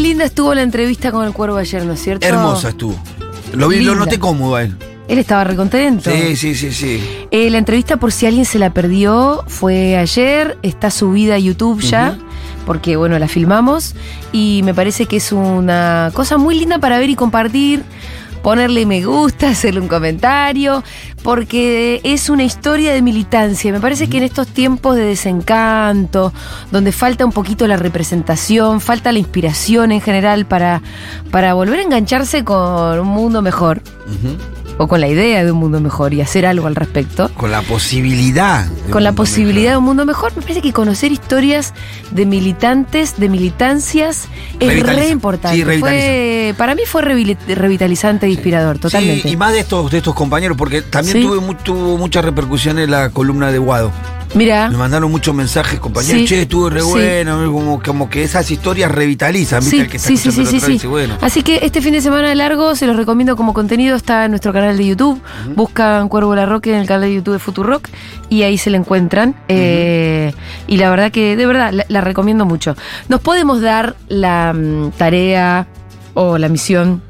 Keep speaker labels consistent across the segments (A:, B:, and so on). A: linda estuvo la entrevista con el cuervo ayer, ¿no es cierto?
B: Hermosa estuvo. Lo vi, lo
A: Linda.
B: noté cómodo a él.
A: Él estaba recontento.
B: Sí, sí, sí, sí.
A: Eh, la entrevista, por si alguien se la perdió, fue ayer, está subida a YouTube ya, porque bueno, la filmamos y me parece que es una cosa muy linda para ver y compartir, ponerle me gusta, hacerle un comentario, porque es una historia de militancia. Me parece que en estos tiempos de desencanto, donde falta un poquito la representación, falta la inspiración en general para, para volver a engancharse con un mundo mejor
B: Ujú.
A: o con la idea de un mundo mejor y hacer algo al respecto.
B: Con la posibilidad. de
A: Con
B: un
A: la
B: mundo
A: posibilidad de
B: mejor.
A: un mundo mejor, me parece que conocer historias de militantes, de militancias, es
B: Revitaliza.
A: re importante.
B: Sí, revitaliza.
A: Fue- para mí fue revili- revitalizante e inspirador, totalmente.
B: Sí, y más de estos, de estos compañeros, porque también
A: Sí.
B: tuve mu- tuvo mucha repercusión en la columna de Guado.
A: Mira,
B: Me mandaron muchos mensajes, compañeros.
A: Ah. Sí.
B: Che, estuvo re
A: Sí.
B: bueno. Como, como que esas historias revitalizan. ¿viste?
A: sí,
B: El que está
A: sí, sí, sí,
B: escuchando la
A: sí,
B: otra vez
A: sí.
B: dice, bueno.
A: Así que este fin de semana de largo se los recomiendo como contenido, está en nuestro canal de YouTube, buscan Cuervo La Roque en el canal de YouTube de Futurock y ahí se la encuentran. Eh, y la verdad que, de verdad, la, la recomiendo mucho. Nos podemos dar la mm, tarea o la misión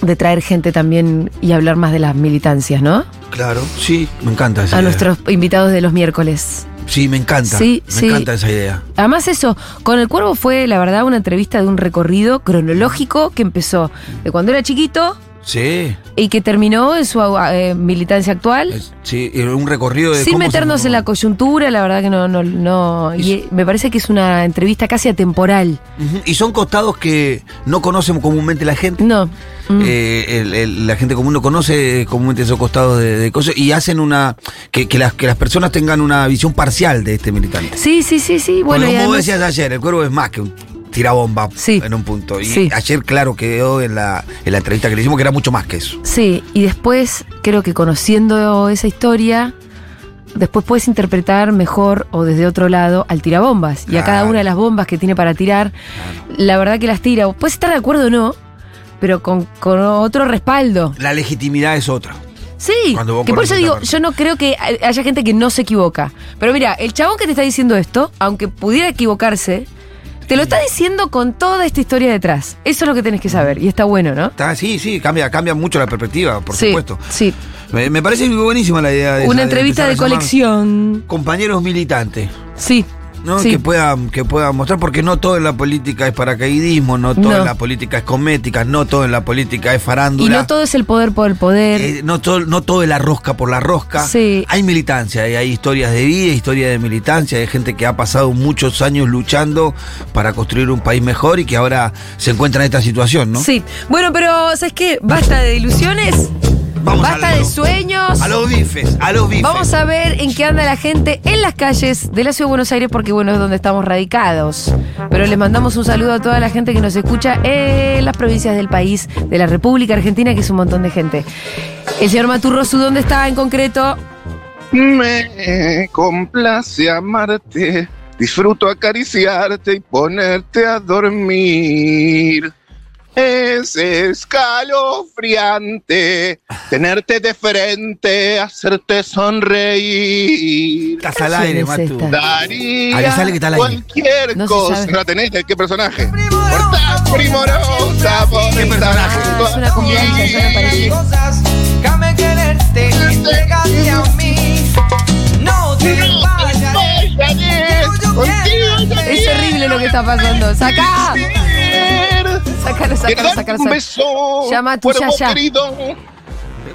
A: de traer gente también y hablar más de las militancias, ¿no?
B: Claro, sí, me encanta esa
A: Ah. A
B: idea.
A: nuestros invitados de los miércoles.
B: Sí, me encanta.
A: Sí,
B: me
A: sí.
B: encanta esa idea.
A: Además eso, con el cuervo fue la verdad una entrevista de un recorrido cronológico que empezó de cuando era chiquito
B: Sí,
A: y que terminó en su eh, militancia actual.
B: es- sí, era un recorrido de.
A: Sin
B: cómo se-
A: meternos en la coyuntura, la verdad que no, no, no. Y me parece que es una entrevista casi atemporal.
B: Ujú, Y son costados que no conocemos comúnmente la gente.
A: No. Mm.
B: Eh, el- el- la gente común no conoce comúnmente esos costados de, de cosas y hacen una. Que, que las, que las personas tengan una visión parcial de este militante.
A: Sí, sí, sí, sí. Bueno,
B: Porque
A: y
B: como vos
A: además-
B: decías ayer, el cuervo es más que un tirabomba
A: Sí.
B: en un punto. Y
A: Sí.
B: ayer, claro, quedó en la, en la entrevista que le hicimos que era mucho más que eso.
A: Sí, y después creo que conociendo esa historia, después puedes interpretar mejor o desde otro lado al tirabombas. Y a cada
B: Claro.
A: una de las bombas que tiene para tirar, la verdad que las tira. Puedes estar de acuerdo o no, pero con, con otro respaldo.
B: La legitimidad es otra.
A: Sí,
B: Cuando vos
A: que por eso
B: conocés
A: digo,
B: a Marta.
A: yo no creo que hay- haya gente que no se equivoca. Pero mira, el chabón que te está diciendo esto, aunque pudiera equivocarse, te lo está diciendo con toda esta historia detrás. Eso es lo que tenés que saber y está bueno, ¿no?
B: Está, sí, sí, cambia, cambia mucho la perspectiva, por
A: sí,
B: supuesto.
A: Sí,
B: Me, me parece buenísima la idea de
A: una
B: esa,
A: entrevista de
B: empezar a llamar
A: colección.
B: Compañeros militantes.
A: Sí.
B: ¿no?
A: sí.
B: Que, puedan, que puedan mostrar, porque no todo en la política es paracaidismo, no todo
A: No.
B: en la política es comética, no todo en la política es
A: Y
B: farándula.
A: no todo es el poder por el poder.
B: Eh, no todo, no todo es la rosca por la rosca.
A: Sí.
B: Hay militancia, y hay historias de vida, historias de militancia, de gente que ha pasado muchos años luchando para construir un país mejor y que ahora se encuentra en esta situación, ¿no?
A: Sí. Bueno, pero ¿sabes qué? Basta de ilusiones,
B: Vamos
A: basta
B: a,
A: de
B: lo-
A: sueños.
B: a los bifes, a los bifes.
A: Vamos a ver en qué anda la gente en las calles de la ciudad de Buenos Aires, porque bueno, es donde estamos radicados. Pero les mandamos un saludo a toda la gente que nos escucha en las provincias del país, de la República Argentina, que es un montón de gente. El señor Maturrosu, ¿dónde está en concreto?
C: Me complace amarte, disfruto acariciarte y ponerte a dormir. Es escalofriante tenerte de frente, hacerte sonreír.
B: Estás al
A: ¿Qué
B: aire,
A: es
B: Matu.
A: esta?
C: Daría
B: Ahí sale que está al aire.
C: cualquier
A: No se sabe.
C: cosa. ¿Tenés de qué personaje? Portada primorosa,
B: ¿Qué personaje?
A: Ah, es una cumbia, es una parecida.
D: cosas, déjame quererte, entregate a mí. No te vayas,
C: Contigo ya
A: Es terrible lo que está pasando. ¡Sacá! Sácalo,
C: Quiero darte
A: sácalo, sácalo.
C: un
A: sácalo.
C: beso.
A: Llama a tu
C: cuervo
A: yaya.
C: querido.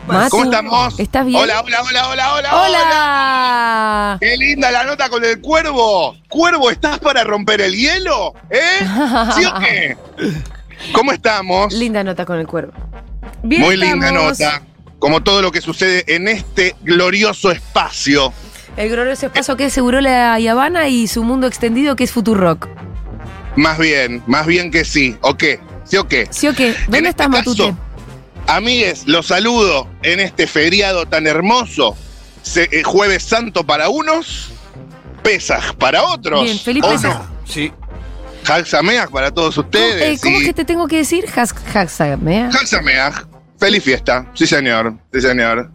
A: Matu,
C: ¿Cómo estamos?
A: ¿Estás bien?
C: Hola, hola, hola, hola, hola.
A: ¡Hola!
C: Qué linda la nota con el cuervo. Cuervo, ¿estás para romper el hielo? ¿Eh? ¿Sí o qué? ¿Cómo estamos?
A: Linda nota con el cuervo. Bien
C: Muy linda
A: estamos.
C: nota. Como todo lo que sucede en este glorioso espacio.
A: El glorioso espacio que aseguró la Habana y su mundo extendido que es Futurock.
C: Más bien, más bien que sí. ¿O qué? ¿Sí o qué?
A: ¿Sí o qué?
C: En
A: ¿Dónde
C: este
A: estás, Matute?
C: caso, Amigues, los saludo en este feriado tan hermoso. Se- eh, jueves Santo para unos, Pesaj para otros.
A: Bien, feliz
C: ¿O
A: Pesaj.
C: no?
B: Sí.
C: Jaxameaj para todos
A: Eh,
C: ustedes.
A: ¿Cómo
C: y-
A: es que te tengo que decir? Has- Hashtag, ¿eh?
C: Jaxameaj, feliz fiesta. Sí, señor. Sí, señor.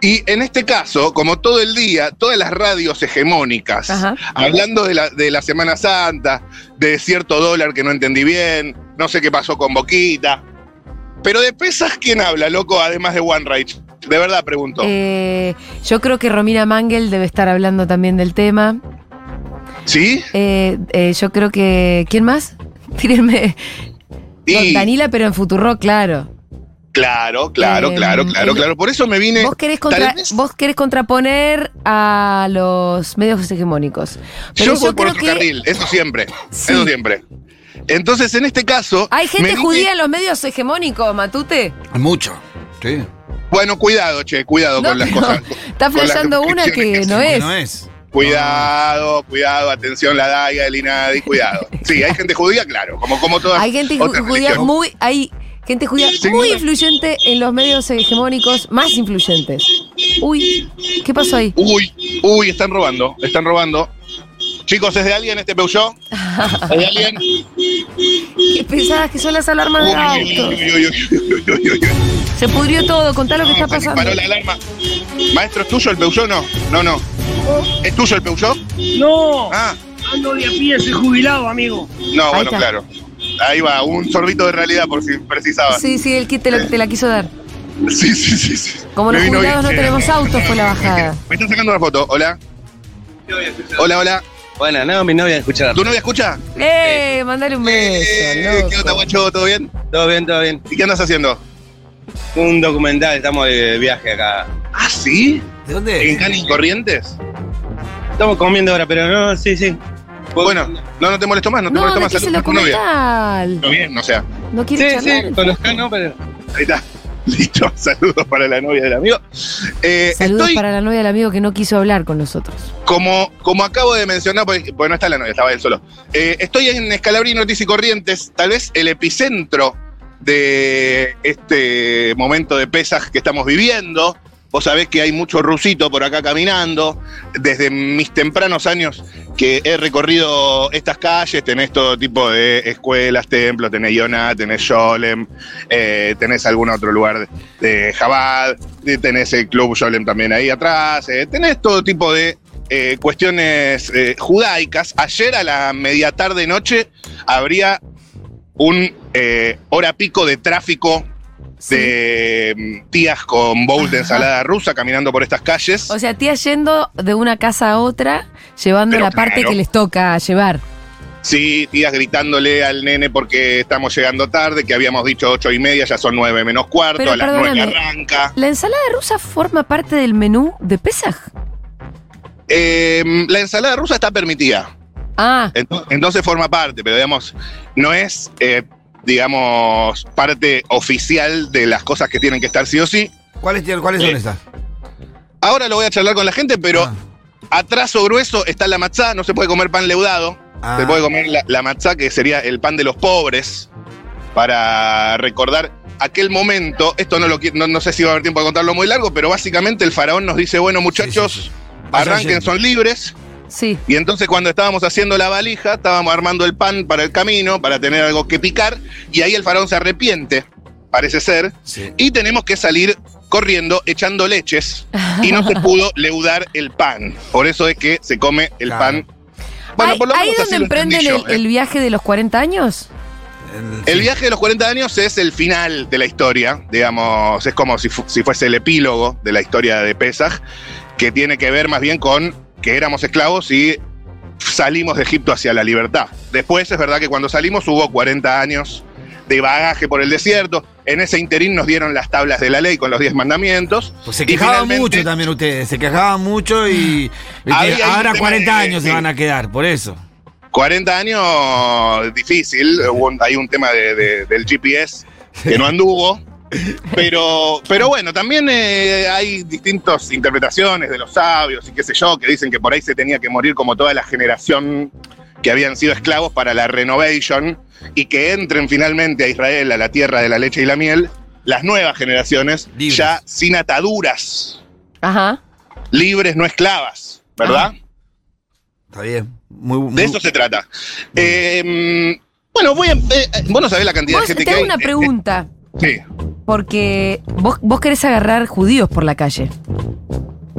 C: Y en este caso, como todo el día, todas las radios hegemónicas,
A: Ajá.
C: hablando de la, de la Semana Santa, de cierto dólar que no entendí bien, no sé qué pasó con Boquita. Pero de pesas, ¿quién habla, loco? Además de One Rage. De verdad pregunto.
A: Eh, yo creo que Romina Mangel debe estar hablando también del tema.
C: ¿Sí?
A: Eh, eh, yo creo que. ¿Quién más? Tírenme.
C: Y-
A: No, Danila, pero en Futuro, claro.
C: claro, claro,
A: eh,
C: claro, claro,
A: el-
C: claro. Por eso me vine.
A: Vos querés, contra-
C: tal vez-
A: vos querés contraponer a los medios hegemónicos.
C: yo
A: Pero yo,
C: voy por
A: creo
C: otro
A: que
C: carril, eso siempre.
A: Sí.
C: Eso siempre. Entonces, en este caso.
A: hay
C: me
A: gente
C: vine-
A: judía en los medios hegemónicos, Matute.
B: Mucho. Sí.
C: Bueno, cuidado, che, cuidado
A: No,
C: con las
A: pero
C: cosas.
A: Está
C: con las
A: flasheando una que
C: descripciones
A: no
B: Que
A: es.
B: No es.
C: Cuidado, cuidado, atención, la DAIA, el INADI, cuidado. Sí, hay gente judía, claro, como, como todas.
A: Hay gente ju-
C: otras
A: judía
C: religiones.
A: muy, hay gente judía
C: Sí.
A: muy influyente en los medios hegemónicos, más influyentes. Uy, ¿qué pasó ahí?
C: Uy, uy, están robando, están robando. Chicos, ¿es de alguien este Peugeot? ¿Es de alguien?
A: Qué pesadas que son las alarmas
C: Uy,
A: del auto.
C: uy, uy, uy, uy, uy, uy.
A: Se pudrió todo, contá lo que está
C: No, se
A: pasando.
C: disparó la alarma. Maestro, ¿es tuyo el Peugeot? No, no, no. ¿Es tuyo el Peugeot?
E: No,
C: Ah,
E: ando de a pie, soy jubilado, amigo.
C: no,
A: Ahí
C: bueno,
A: está.
C: claro. Ahí va, un zorrito de realidad por si precisaba.
A: Sí, sí, el kit te, lo- te la quiso dar.
C: Sí, sí, sí. sí.
A: Como los
C: Me vino
A: jubilados no
C: bien.
A: tenemos autos, fue la bajada.
C: Me están sacando una foto, hola. Hola, hola.
F: Bueno, no, mi novia escucha.
C: ¿Tu novia escucha?
A: ¡Eh! Mandale un
C: Eh,
A: beso,
C: ¿Qué onda,
A: loco.
C: guacho? ¿Todo bien?
F: Todo bien, todo bien.
C: ¿Y qué andas haciendo?
F: Un documental, estamos de viaje acá.
C: ¿Ah, sí?
B: ¿De dónde
C: ¿En
B: es?
C: Canning Corrientes?
F: Estamos comiendo ahora, pero no, sí, sí.
C: Bueno, no, no te molesto más, no te
A: No,
C: molesto
A: no
C: más.
A: quise
C: Saludos a tu novia.
A: documental.
C: Todo bien, o sea,
A: No quiero
F: Sí,
A: charlar.
F: sí, conozcan, ¿no? Pero.
C: ahí está. Listo, saludos para la novia del amigo. Eh,
A: Saludos
C: estoy,
A: para la novia del amigo que no quiso hablar con nosotros.
C: como, como acabo de mencionar, porque, porque no está la novia, estaba él solo. Eh, estoy en Escalabrín, Noticias y Corrientes, tal vez el epicentro de este momento de pesas que estamos viviendo. Vos sabés que hay mucho rusito por acá caminando. Desde mis tempranos años que he recorrido estas calles, tenés todo tipo de escuelas, templos, tenés Yoná, tenés Yolem, eh, tenés algún otro lugar de, de Jabad, eh, tenés el Club Yolem también ahí atrás, eh, tenés todo tipo de eh, cuestiones eh, judaicas. Ayer a la media tarde noche habría un eh, hora pico de tráfico
A: Sí.
C: de mm, tías con bowl de ensalada rusa caminando por estas calles.
A: O sea, tía yendo de una casa a otra, llevando
C: Pero
A: la parte
C: claro.
A: que les toca llevar.
C: Sí, tías gritándole al nene porque estamos llegando tarde, que habíamos dicho ocho y media, ya son nueve menos cuarto,
A: Pero
C: a las nueve
A: perdóname.
C: arranca.
A: ¿La ensalada rusa forma parte del menú de Pesaj?
C: Eh, la ensalada rusa está permitida,
A: Ah,
C: ento- entonces forma parte, pero digamos, no es, eh, digamos, parte oficial de las cosas que tienen que estar sí o sí.
B: ¿Cuáles, tienen- ¿Cuáles son estas?
C: Ahora lo voy a charlar con la gente, Eh, pero
B: Ah.
C: atraso grueso está la matzá, no se puede comer pan leudado.
B: Ah.
C: Se puede comer la, la matzá, que sería el pan de los pobres, para recordar aquel momento. Esto no lo qui- no, no sé si va a haber tiempo de contarlo muy largo, pero básicamente el faraón nos dice, bueno, muchachos,
B: Sí, sí, sí. Vayan
C: arranquen,
B: yendo.
C: son libres.
A: sí.
C: Y entonces cuando estábamos haciendo la valija, estábamos armando el pan para el camino, para tener algo que picar, y ahí el faraón se arrepiente, parece ser,
B: Sí.
C: y tenemos que salir corriendo echando leches y no se pudo leudar el pan. Por eso es que se come el
B: Claro.
C: pan.
A: ¿Ahí, ahí
C: menos
A: donde
C: así lo
A: emprenden
C: entendí
A: el,
C: yo, ¿eh?
A: el viaje de los 40 años?
C: El
B: sí.
C: viaje de los 40 años es el final de la historia, digamos, es como si, fu- si fuese el epílogo de la historia de Pesaj, que tiene que ver más bien con que éramos esclavos y salimos de Egipto hacia la libertad. Después es verdad que cuando salimos hubo 40 años de bagaje por el desierto, en ese interín nos dieron las tablas de la ley con los 10 mandamientos.
B: Pues se
C: y
B: quejaban
C: finalmente-
B: mucho también ustedes, se quejaban mucho y viste,
C: Ahí hay un
B: ahora
C: tema
B: 40
C: de-
B: años se
C: sí.
B: van a quedar, por eso.
C: 40 años difícil, hubo un- hay un tema de- de- del GPS que no anduvo, pero, pero bueno, también eh, hay distintas interpretaciones de los sabios y qué sé yo, que dicen que por ahí se tenía que morir como toda la generación que habían sido esclavos para la renovation y que entren finalmente a Israel, a la tierra de la leche y la miel, las nuevas generaciones
B: Libres.
C: ya sin ataduras,
A: Ajá.
C: libres, no esclavas, ¿verdad?
B: Está bien. Muy, muy-
C: De eso se trata. Eh, bueno, voy a, eh, vos no sabés la cantidad
A: Vos,
C: de gente que
A: te hago
C: hay. eh,
A: una pregunta,
C: Sí.
A: porque vos, vos querés agarrar judíos por la calle.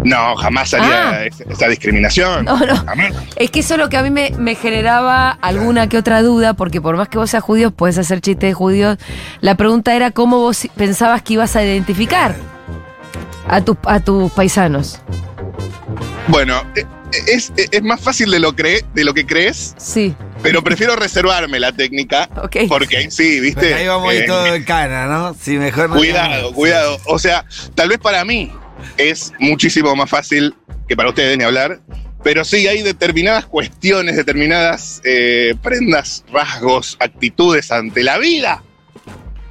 C: No, jamás haría
A: Ah. Oh.
C: es- esa discriminación.
A: No, no.
C: Jamás.
A: Es que eso es lo que a mí me, me generaba alguna que otra duda, porque por más que vos seas judío, puedes hacer chistes de judíos. La pregunta era cómo vos pensabas que ibas a identificar a, tus a tus paisanos.
C: Bueno, eh, es, es- es más fácil de lo, cree- de lo que crees,
A: Sí,
C: pero prefiero reservarme la técnica.
A: ok.
C: Porque sí, viste.
B: Pero ahí vamos a ir
C: Eh,
B: todo en cana, ¿no? Sí, mejor no digamos.
C: Cuidado, cuidado. O sea, tal vez para mí es muchísimo más fácil que para ustedes ni hablar, pero sí hay determinadas cuestiones, determinadas eh, prendas, rasgos, actitudes ante la vida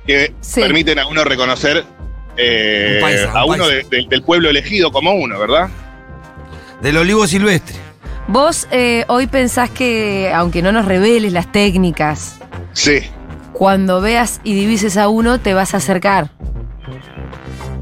C: que
A: Sí.
C: permiten a uno reconocer eh,
B: Un paisa, un
C: a uno
B: paisa.
C: de- de- del pueblo elegido como uno, ¿verdad?
B: Del olivo silvestre.
A: Vos eh, hoy pensás que, aunque no nos reveles las técnicas,
C: Sí.
A: cuando veas y divises a uno, te vas a acercar.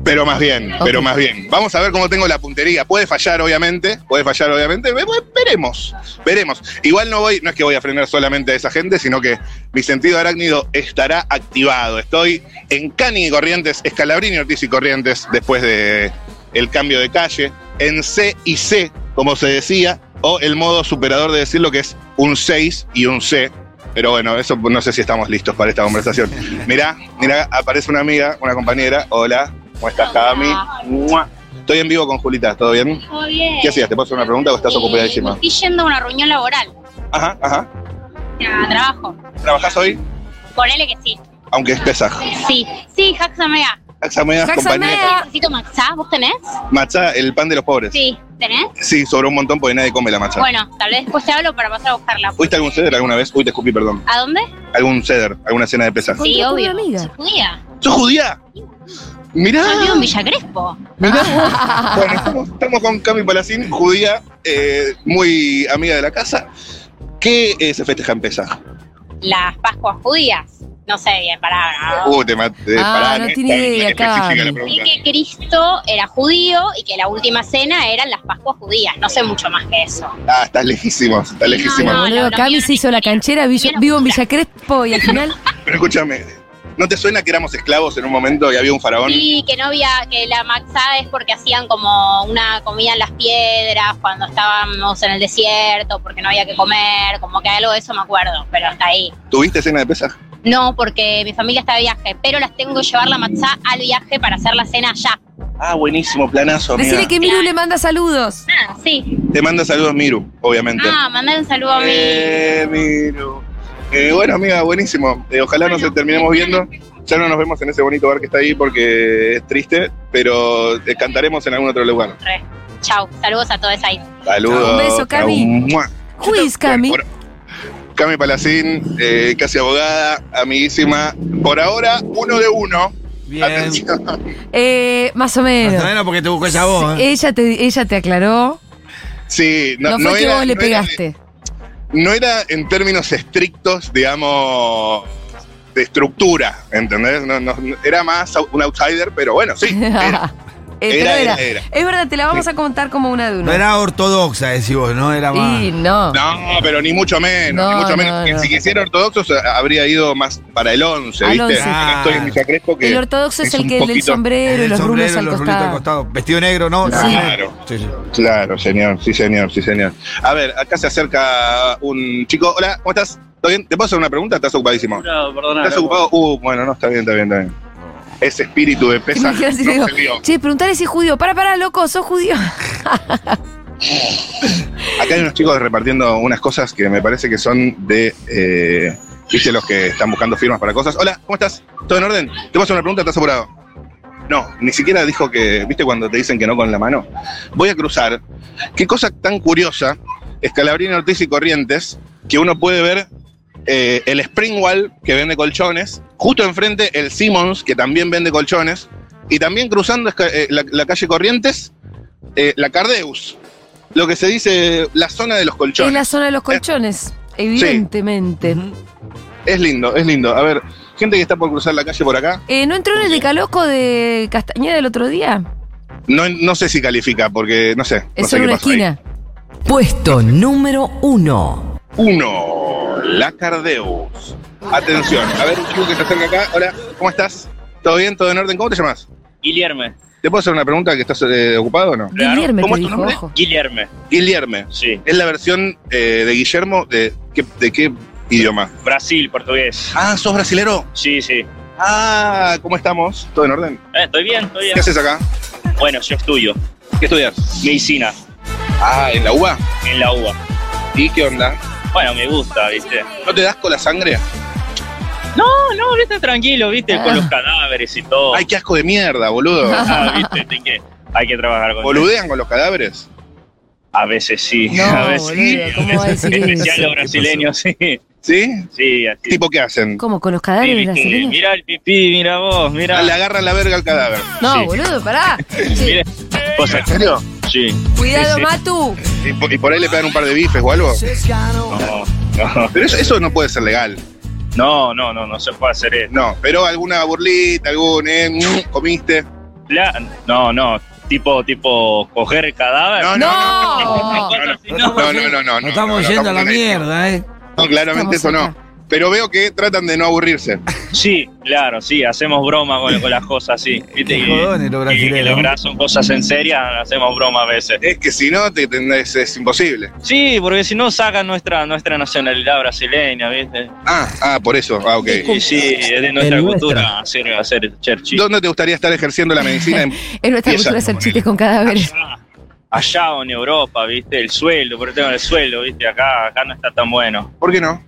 C: Pero más bien,
A: Ok.
C: pero más bien. Vamos a ver cómo tengo la puntería. Puede fallar, obviamente. Puede fallar, obviamente. Ve- ve- Veremos, veremos. Igual no voy, no es que voy a frenar solamente a esa gente, sino que mi sentido arácnido estará activado. Estoy en Cani y Corrientes, Escalabrini, Ortiz y Corrientes, después de el cambio de calle, en C y C, como se decía, o el modo superador de decirlo que es un 6 y un C. Pero bueno, eso no sé si estamos listos para esta conversación. Mirá, mirá, aparece una amiga, una compañera. Hola, ¿cómo estás, Cami? Mua. Estoy en vivo con Julita, ¿todo bien?
G: Todo bien.
C: ¿Qué hacías? ¿Te puedo hacer una pregunta o estás
G: Eh,
C: ocupadísima?
G: Estoy yendo a una reunión laboral,
C: Ajá, ajá.
G: a trabajo.
C: ¿Trabajás hoy?
G: Ponele que sí.
C: Aunque es pesaj.
G: Sí, sí, Jaxamea.
C: Jaxamea, compañera.
A: Jaxamea.
G: Necesito maxá, ¿vos tenés?
C: Macha, el pan de los pobres.
G: Sí, ¿tenés?
C: Sí, sobre un montón porque nadie come la macha.
G: Bueno, tal vez después te hablo para pasar a buscarla.
C: ¿Fuiste a algún ceder alguna vez? Uy, te escupí, perdón.
G: ¿A dónde?
C: ¿Algún ceder? ¿Alguna cena de pesaj?
G: Sí,
A: Contrató
G: obvio.
A: una amiga.
G: Soy judía.
C: ¿Sos judía? Mirá.
G: Yo vivo en Villa Crespo.
C: Mirá vos. Bueno, estamos, estamos con Cami Palacín, judía, eh, muy amiga de la casa. ¿Qué eh, se festeja en Pesaj?
G: Las Pascuas judías. No sé bien, pará.
C: Uh, te eh, maté.
A: Ah, no tiene idea, Cami.
G: Y que Cristo era judío y que la última cena eran las Pascuas judías. No sé mucho más que eso.
C: Ah, estás lejísimo, estás lejísimo.
G: No, no,
A: Boludo,
G: no,
A: Cami
G: no,
A: se hizo la canchera, vi-
G: no, no,
A: vivo en
G: no.
A: Villa Crespo y al final.
C: Pero escúchame, ¿no te suena que éramos esclavos en un momento y había un faraón?
G: Sí, que no había, que la maxá es porque hacían como una comida en las piedras cuando estábamos en el desierto, porque no había que comer, como que algo de eso me acuerdo, pero hasta ahí.
C: ¿Tuviste cena de Pesaj?
G: No, porque mi familia está de viaje, pero las tengo que llevar la maxá al viaje para hacer la cena allá.
C: Ah, buenísimo, planazo, amiga.
A: Decirle que Miru le manda saludos.
G: Ah, sí.
C: Te manda saludos Miru, obviamente.
G: Ah, mandar un saludo a mí.
C: Eh, Miru. Eh, bueno, amiga, buenísimo. Eh, ojalá nos terminemos viendo. Ya no nos vemos en ese bonito bar que está ahí porque es triste, pero eh, cantaremos en algún otro lugar.
G: Re. Chau, saludos a todos ahí.
C: Saludos.
A: Un beso, Cami.
C: Mua.
A: Juiz, Cami.
C: Bueno, por- Cami Palacín, eh, casi abogada, amiguísima. Por ahora, uno de uno.
B: Bien.
C: Atención.
A: Eh, más o
B: Más o
A: menos.
B: menos porque te buscó esa voz. ¿eh?
A: Ella te, ella te aclaró.
C: Sí, no,
A: No, fue
C: no
A: que
C: era-
A: vos le
C: no era-
A: pegaste.
C: no era en términos estrictos, digamos, de estructura, ¿entendés? No, no, no- era más au- un outsider, pero bueno, sí. Era,
A: Eh, pero
C: era,
A: era.
C: era, era.
A: Es verdad, te la vamos a contar como una de
B: No
A: una.
B: era ortodoxa, decís vos, ¿no? Era más.
A: Y no.
C: No, pero ni mucho menos,
A: No,
C: ni mucho menos.
A: no,
C: Que
A: no.
C: Si quisiera ortodoxos, a- habría ido más para el 11,
A: Al
C: ¿viste?
A: 11.
C: Acá Estoy en Villa Crespo que.
A: el ortodoxo es
C: es
A: el
C: un
A: que del
C: poquito-
A: sombrero y
B: El
A: los rulos
B: sombrero,
A: al
B: los rulitos al
A: costado.
B: costado. Vestido negro, ¿no?
C: Claro.
B: Sí, sí.
C: Claro, señor, sí, señor, sí, señor. A ver, acá se acerca un chico. Hola, ¿cómo estás? ¿Todo bien? ¿Te puedo hacer una pregunta? ¿Estás ocupadísimo?
E: Perdona,
C: ¿Estás ocupado? Uh, bueno, no, está bien, está bien, está bien. Ese espíritu de pesa no
A: Imagínate si digo,
C: se dio.
A: Che, preguntale si es judío. Para, para, loco, sos judío.
C: Acá hay unos chicos repartiendo unas cosas que me parece que son de. eh, ¿Viste los que están buscando firmas para cosas? Hola, ¿cómo estás? ¿Todo en orden? ¿Te puedo hacer una pregunta? ¿Estás apurado? No, ni siquiera dijo que. ¿Viste cuando te dicen que no con la mano? Voy a cruzar. Qué cosa tan curiosa, Escalabrino Ortiz y Corrientes, que uno puede ver eh, el Springwall, que vende colchones, justo enfrente el Simmons, que también vende colchones, y también cruzando esca- eh, la, la calle Corrientes, eh, la Cardeus, lo que se dice la zona de los
A: En la
C: colchones.
A: zona de los colchones, evidentemente.
C: Es lindo, es lindo. A ver, gente que está por cruzar la calle por acá,
A: Eh, ¿No entró en el decaloco de Castañeda el otro día?
C: no, no sé si califica, porque no sé. no
A: Es
C: sé
A: solo
C: qué
A: una
C: pasó ahí.
A: esquina.
H: Puesto número uno.
C: Uno, la Cardeus. Atención, a ver un chico que se acerca acá. Hola, ¿cómo estás? ¿Todo bien? ¿Todo en orden? ¿Cómo te llamas?
E: Guillerme.
C: ¿Te puedo hacer una pregunta que estás eh, ocupado o no?
A: Claro. Guillerme
C: ¿Cómo
A: te
C: es tu
A: dijo,
C: nombre?
A: ojo.
I: Guillerme,
C: Guillerme.
I: sí.
C: Es la versión eh, de Guillermo de, qué- de qué idioma.
I: Brasil, portugués.
C: Ah, ¿sos brasilero?
I: Sí, sí.
C: Ah, ¿cómo estamos? ¿Todo en orden?
I: Eh, estoy bien, estoy bien.
C: ¿Qué haces acá?
I: Bueno, yo estudio
C: ¿Qué estudias?
I: medicina
C: Ah, en la UBA.
I: en la UBA.
C: ¿Y qué onda?
I: Bueno, me gusta, ¿viste?
C: ¿No te das con la sangre?
I: No, no, viste, tranquilo, ¿viste?
A: Ah.
I: Con los cadáveres y todo.
C: Ay, qué asco de mierda, boludo.
I: Ah, ¿viste? Hay que, hay que trabajar con
C: ¿Boludean con los cadáveres?
I: A veces sí,
A: No,
I: a veces sí.
A: boludo, ¿cómo va a decir
I: En especial
A: eso?
I: los brasileños, sí.
C: ¿Sí?
I: Sí, así.
C: ¿Tipo qué hacen?
A: ¿Cómo? ¿Con los
I: Sí,
A: cadáveres
I: ¿viste?
A: brasileños?
I: Mira el pipí, mira vos, mira.
C: Ah, le agarran la verga al cadáver.
A: No,
I: sí.
A: boludo, pará.
I: Mira, vos
C: ¿En serio?
I: Sí.
A: Cuidado,
I: Sí, sí.
A: Matu.
C: ¿Y por, y por ahí le pegan un par de bifes o algo?
I: No, no,
C: Pero eso, eso no puede ser legal.
I: no, no, no, no se puede hacer eso.
C: No, pero alguna burlita, algún, eh, mm, comiste.
I: La- no, no, tipo, tipo, coger el cadáver.
C: No,
A: No.
I: Cosas así,
C: No, no, no, no, no,
B: Nos estamos
C: no, no,
B: yendo a la
C: estamos en eso.
B: mierda, ¿eh?
C: No, claramente eso
A: Estamos
C: no. Pero veo que tratan de no aburrirse.
I: Sí, claro, sí, hacemos broma con, con las cosas, sí. ¿Viste?
B: Qué
I: Y-
B: jodones los
I: y que
B: brasileños.
I: lograr son cosas en serias, hacemos broma a veces.
C: Es que si no, te, te- es, es imposible.
I: Sí, porque si no sacan nuestra nuestra nacionalidad brasileña, ¿viste?
C: Ah, ah, por eso. Ah, ok.
I: Y sí, es de nuestra
B: El
I: cultura, sirve hacer Churchill.
C: ¿Dónde te gustaría estar ejerciendo la medicina? En-
A: En nuestra
C: Y esa
A: cultura
C: no,
A: hacer
C: ponele.
A: chistes con cadáveres.
I: Ah, Allá o en Europa, ¿viste? El sueldo, por el tema del sueldo, ¿viste? Acá, acá no está tan bueno.
C: ¿Por qué no?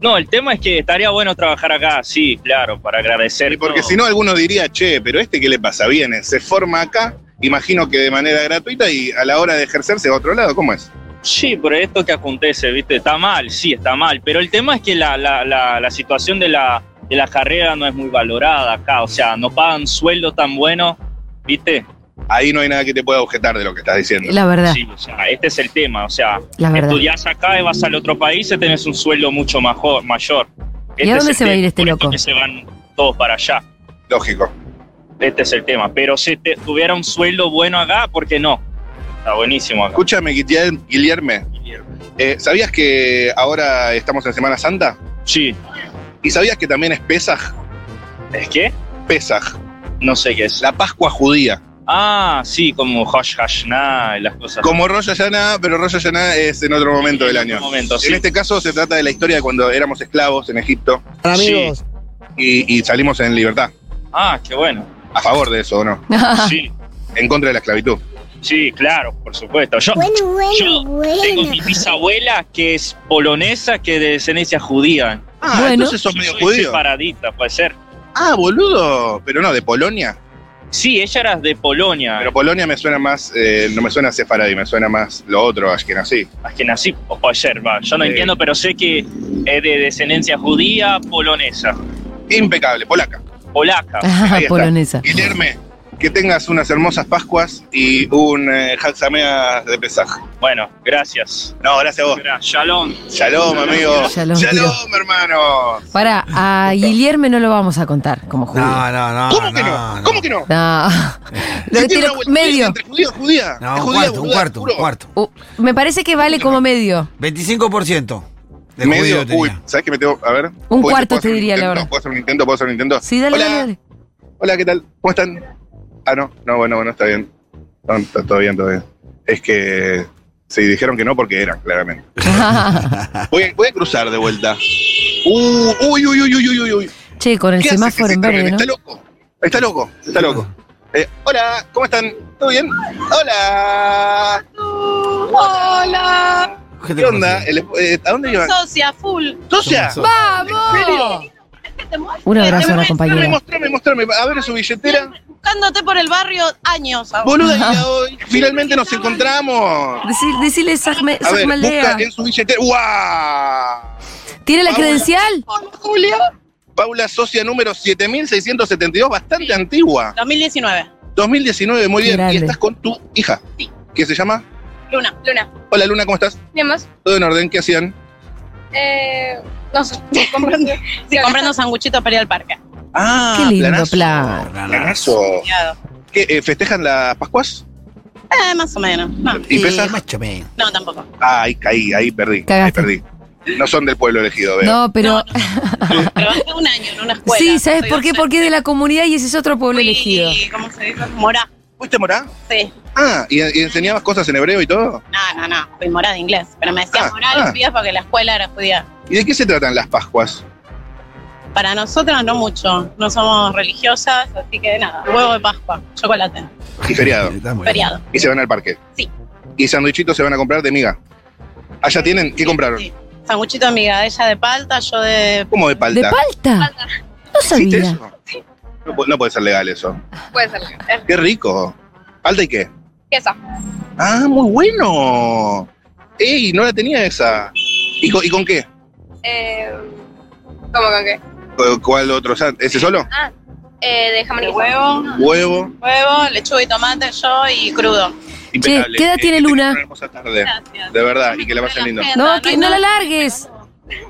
I: No, el tema es que estaría bueno trabajar acá, sí, claro, para agradecer.
C: Y porque
I: todo.
C: si no, alguno diría, che, pero este qué le pasa, viene, se forma acá, imagino que de manera gratuita y a la hora de ejercerse a otro lado, ¿cómo es?
I: Sí, pero esto que acontece, ¿viste? Está mal, sí, está mal. Pero el tema es que la, la, la, la situación de la, de la carrera no es muy valorada acá. O sea, no pagan sueldo tan bueno, ¿viste?
C: Ahí no hay nada que te pueda objetar de lo que estás diciendo.
A: La verdad,
I: Sí, o sea, este es el tema. O sea,
A: la verdad.
I: estudiás acá y vas al otro país y tenés un sueldo mucho majo- mayor.
A: ¿Y a
I: Este
A: dónde
I: es el
A: se va a ir
I: tema, por
A: este
I: eso
A: loco?
I: que se van todos para allá.
C: Lógico.
I: Este es el tema. Pero si te- tuviera un sueldo bueno acá, ¿por qué no? Está buenísimo acá.
C: Escúchame, Guillem- Guillerme, eh, ¿sabías que ahora estamos en Semana Santa?
I: Sí.
C: ¿Y sabías que también es Pesaj?
I: ¿Es qué?
C: Pesaj,
I: No sé qué es.
C: la Pascua judía.
I: Ah, sí, como Hosh Hashna y las cosas.
C: Como Rosh Hashanah, pero Rosh Hashanah es en otro momento del año.
I: En un momento, sí.
C: En este caso se trata de la historia de cuando éramos esclavos en Egipto
I: amigos.
C: y, y salimos en libertad.
I: Ah, qué bueno.
C: ¿A favor de eso o no?
I: Sí,
C: En contra de la esclavitud.
I: sí, claro, por supuesto. Yo, yo tengo mi bisabuela que es polonesa, que de descendencia judía.
C: Ah,
A: Bueno.
C: entonces sos medio
I: Soy
C: judío.
I: separadita, puede ser.
C: Ah, boludo. Pero no, de Polonia.
I: Sí, ella era de Polonia,
C: Pero Polonia me suena más, eh, no me suena sefaradí, me suena más lo otro, así.
I: a que nací, o puede ser, va, yo no
C: Sí.
I: entiendo, pero sé que es de descendencia judía, polonesa,
C: Impecable, polaca.
I: polaca.
A: Ah,
C: está.
A: polonesa.
C: Guillerme, que tengas unas hermosas Pascuas y un eh, Haxamea de pesaje.
I: Bueno, gracias.
C: No, gracias a vos.
I: Mirá, Shalom.
C: Oh. Shalom, amigo.
A: Shalom,
C: hermano.
A: Pará, a Guillerme no lo vamos a contar como judío. No.
B: No, no, no.
C: ¿Cómo que no?
B: no, no.
C: ¿Cómo que no?
A: Lo
C: Si tiene
A: tiro
C: una vuelta
A: medio.
C: Entre judía, y judía.
B: No,
C: Es
B: un
C: judía,
B: cuarto, un
C: boluda,
B: cuarto,
C: juro.
B: un cuarto.
A: Uh, me parece que vale como medio.
B: 25% de
C: Medio,
B: judío
C: uy,
B: tenía.
C: ¿sabes qué me tengo? A ver. Uy,
A: Un cuarto
C: ¿puedo hacer
A: te
C: un
A: diría, la
C: intento?
A: verdad.
C: ¿Puedo hacer un intento? ¿Puedo hacer un intento?
A: Sí, dale,
C: Hola.
A: dale, dale.
C: Hola, ¿qué tal? ¿Cómo están? Ah, no, no, bueno, bueno, está bien. No, está todo bien, todo bien. Es que sí, dijeron que no porque eran, claramente. Voy a, voy a cruzar de vuelta. Uh, uy, uy, uy, uy, uy, uy, uy.
A: che, con el
C: ¿Qué hace
A: semáforo
C: ese
A: en
C: tren?
A: verde, ¿no?
C: Está loco, está loco, está loco. Eh, hola, ¿cómo están? ¿Todo bien? Hola. Hola.
B: Gente
C: ¿Qué onda?
B: conocida.
C: El- eh, ¿A dónde iban?
G: Socia, full.
C: ¿Socia?
B: Somos-
A: ¡Vamos! Un abrazo a la
C: Mostrame,
A: compañera.
C: mostrame, mostrame. A ver su billetera.
G: Buscándote por el barrio años.
C: Boluda, y la- hoy finalmente nos encontramos.
A: Decí- Decile, Sagme-
C: A ver,
A: Sagmaldea.
C: busca en su billetera. ¡Guau!
A: ¿Tiene la
C: Paula.
A: credencial?
G: Hola, Julia.
C: Paula Socia número 7672, bastante antigua.
G: 2019.
C: 2019, muy
A: Qué
C: bien.
A: grande.
C: Y estás con tu hija.
G: Sí.
C: ¿Qué se llama?
G: Luna, Luna.
C: Hola Luna, ¿cómo estás?
G: Bien, más.
C: ¿Todo en orden? ¿Qué hacían?
G: Eh, no sé, comprando. Sí, comprando sanguchitos para ir al parque.
C: Ah,
A: Qué lindo
C: planazo.
A: plan.
C: Planazo.
G: Cuidado.
C: ¿Qué, eh, ¿Festejan las Pascuas?
G: Eh, más o menos. No,
C: ¿Y
A: Sí.
C: pesas?
B: Macho, man.
G: no tampoco.
C: Ah, ahí caí, ahí perdí.
A: Cagaste.
C: Ahí perdí. No son del pueblo elegido, veo.
A: No, pero.
G: Trabajé un año en una escuela.
A: sí, ¿sabes
G: Soy
A: por qué?
G: docente.
A: Porque es de la comunidad y ese es otro pueblo
G: Fui,
A: elegido.
G: ¿Cómo se dice? Morá.
C: ¿Fuiste morá?
G: Sí.
C: Ah, ¿y, y enseñabas cosas en hebreo y todo?
G: No, no, no. Fui morá de inglés. Pero me decían
C: Ah,
G: morá
C: ah.
G: los días porque la escuela era judía.
C: ¿Y de qué se tratan las Pascuas?
G: Para nosotros no mucho. No somos religiosas, así que nada. Huevo de Pascua, chocolate,
C: Y feriado.
B: Está muy bien.
G: feriado.
C: Y se van al parque.
G: Sí.
C: Y sandwichitos se van a comprar de miga. Allá tienen, ¿qué compraron?
G: Sí. Sanguchito de migadella de palta, yo de.
C: ¿Cómo de
A: ¿De
C: palta?
A: palta? No
C: ¿Existe
A: sabía.
C: eso? No, pu- no puede ser legal eso.
J: Puede ser.
G: Eh,
J: Es
C: Qué rico. ¿Palta y qué?
J: queso.
C: Ah, muy bueno. Ey, no la tenía esa. ¿Y con, y con qué?
J: Eh, ¿Cómo con qué?
C: ¿Cu- ¿Cuál otro? san- ¿Ese solo?
J: Eh, de jamón y
G: de
J: queso.
G: huevo,
C: Huevo.
G: huevo, lechuga y tomate, yo y crudo.
C: Impecable.
A: ¿qué edad
C: Eh,
A: tiene
C: que tengan
A: Luna?
C: una hermosa tarde.
G: Gracias.
C: De verdad, y que la pasen lindo.
A: No, que no la largues.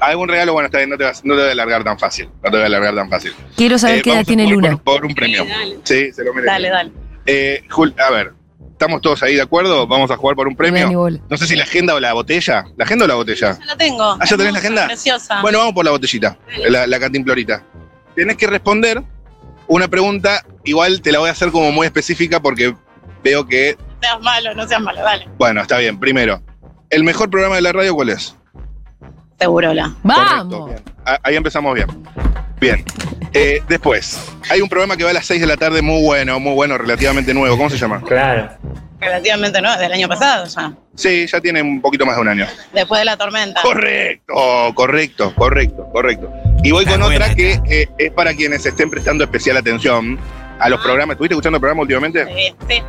C: Algún regalo, bueno, está bien, no te, vas- no te voy a alargar tan fácil. No te voy a alargar tan fácil.
A: Quiero saber
C: Eh,
A: qué edad
C: vamos a
A: tiene
C: jugar
A: Luna.
C: Por, por un premio.
G: Dale,
C: Sí, se lo merece.
G: dale. dale.
C: Eh, Jul, a ver, ¿estamos todos ahí de acuerdo? Vamos a jugar por un
A: No me da ni
C: premio.
A: bola.
C: No sé si la agenda o la botella. ¿La agenda o la botella?
G: Ya la tengo.
C: Ah, ¿ya tenés la
G: Hermosa,
C: agenda?
G: Preciosa.
C: Bueno, vamos por la botellita, la, la cantimplorita. Tenés que responder una pregunta, igual te la voy a hacer como muy específica porque veo que,
G: No seas malo, no seas malo, dale.
C: bueno, está bien, primero. ¿El mejor programa de la radio cuál es?
G: Segurola.
A: ¡Vamos!
C: Correcto, bien. Ah, Ahí empezamos bien. Bien. Eh, después, hay un programa que va a las 6 de la tarde, muy bueno, muy bueno, relativamente nuevo. ¿Cómo se llama?
G: Relativamente no, es del año pasado ya.
C: Sí, ya tiene un poquito más de un año.
G: Después de la tormenta.
C: Correcto, correcto, correcto, correcto. Y voy con otra que eh, es para quienes estén prestando especial atención a los programas. ¿Estuviste escuchando el programa últimamente?
G: Ah. Sí, sí,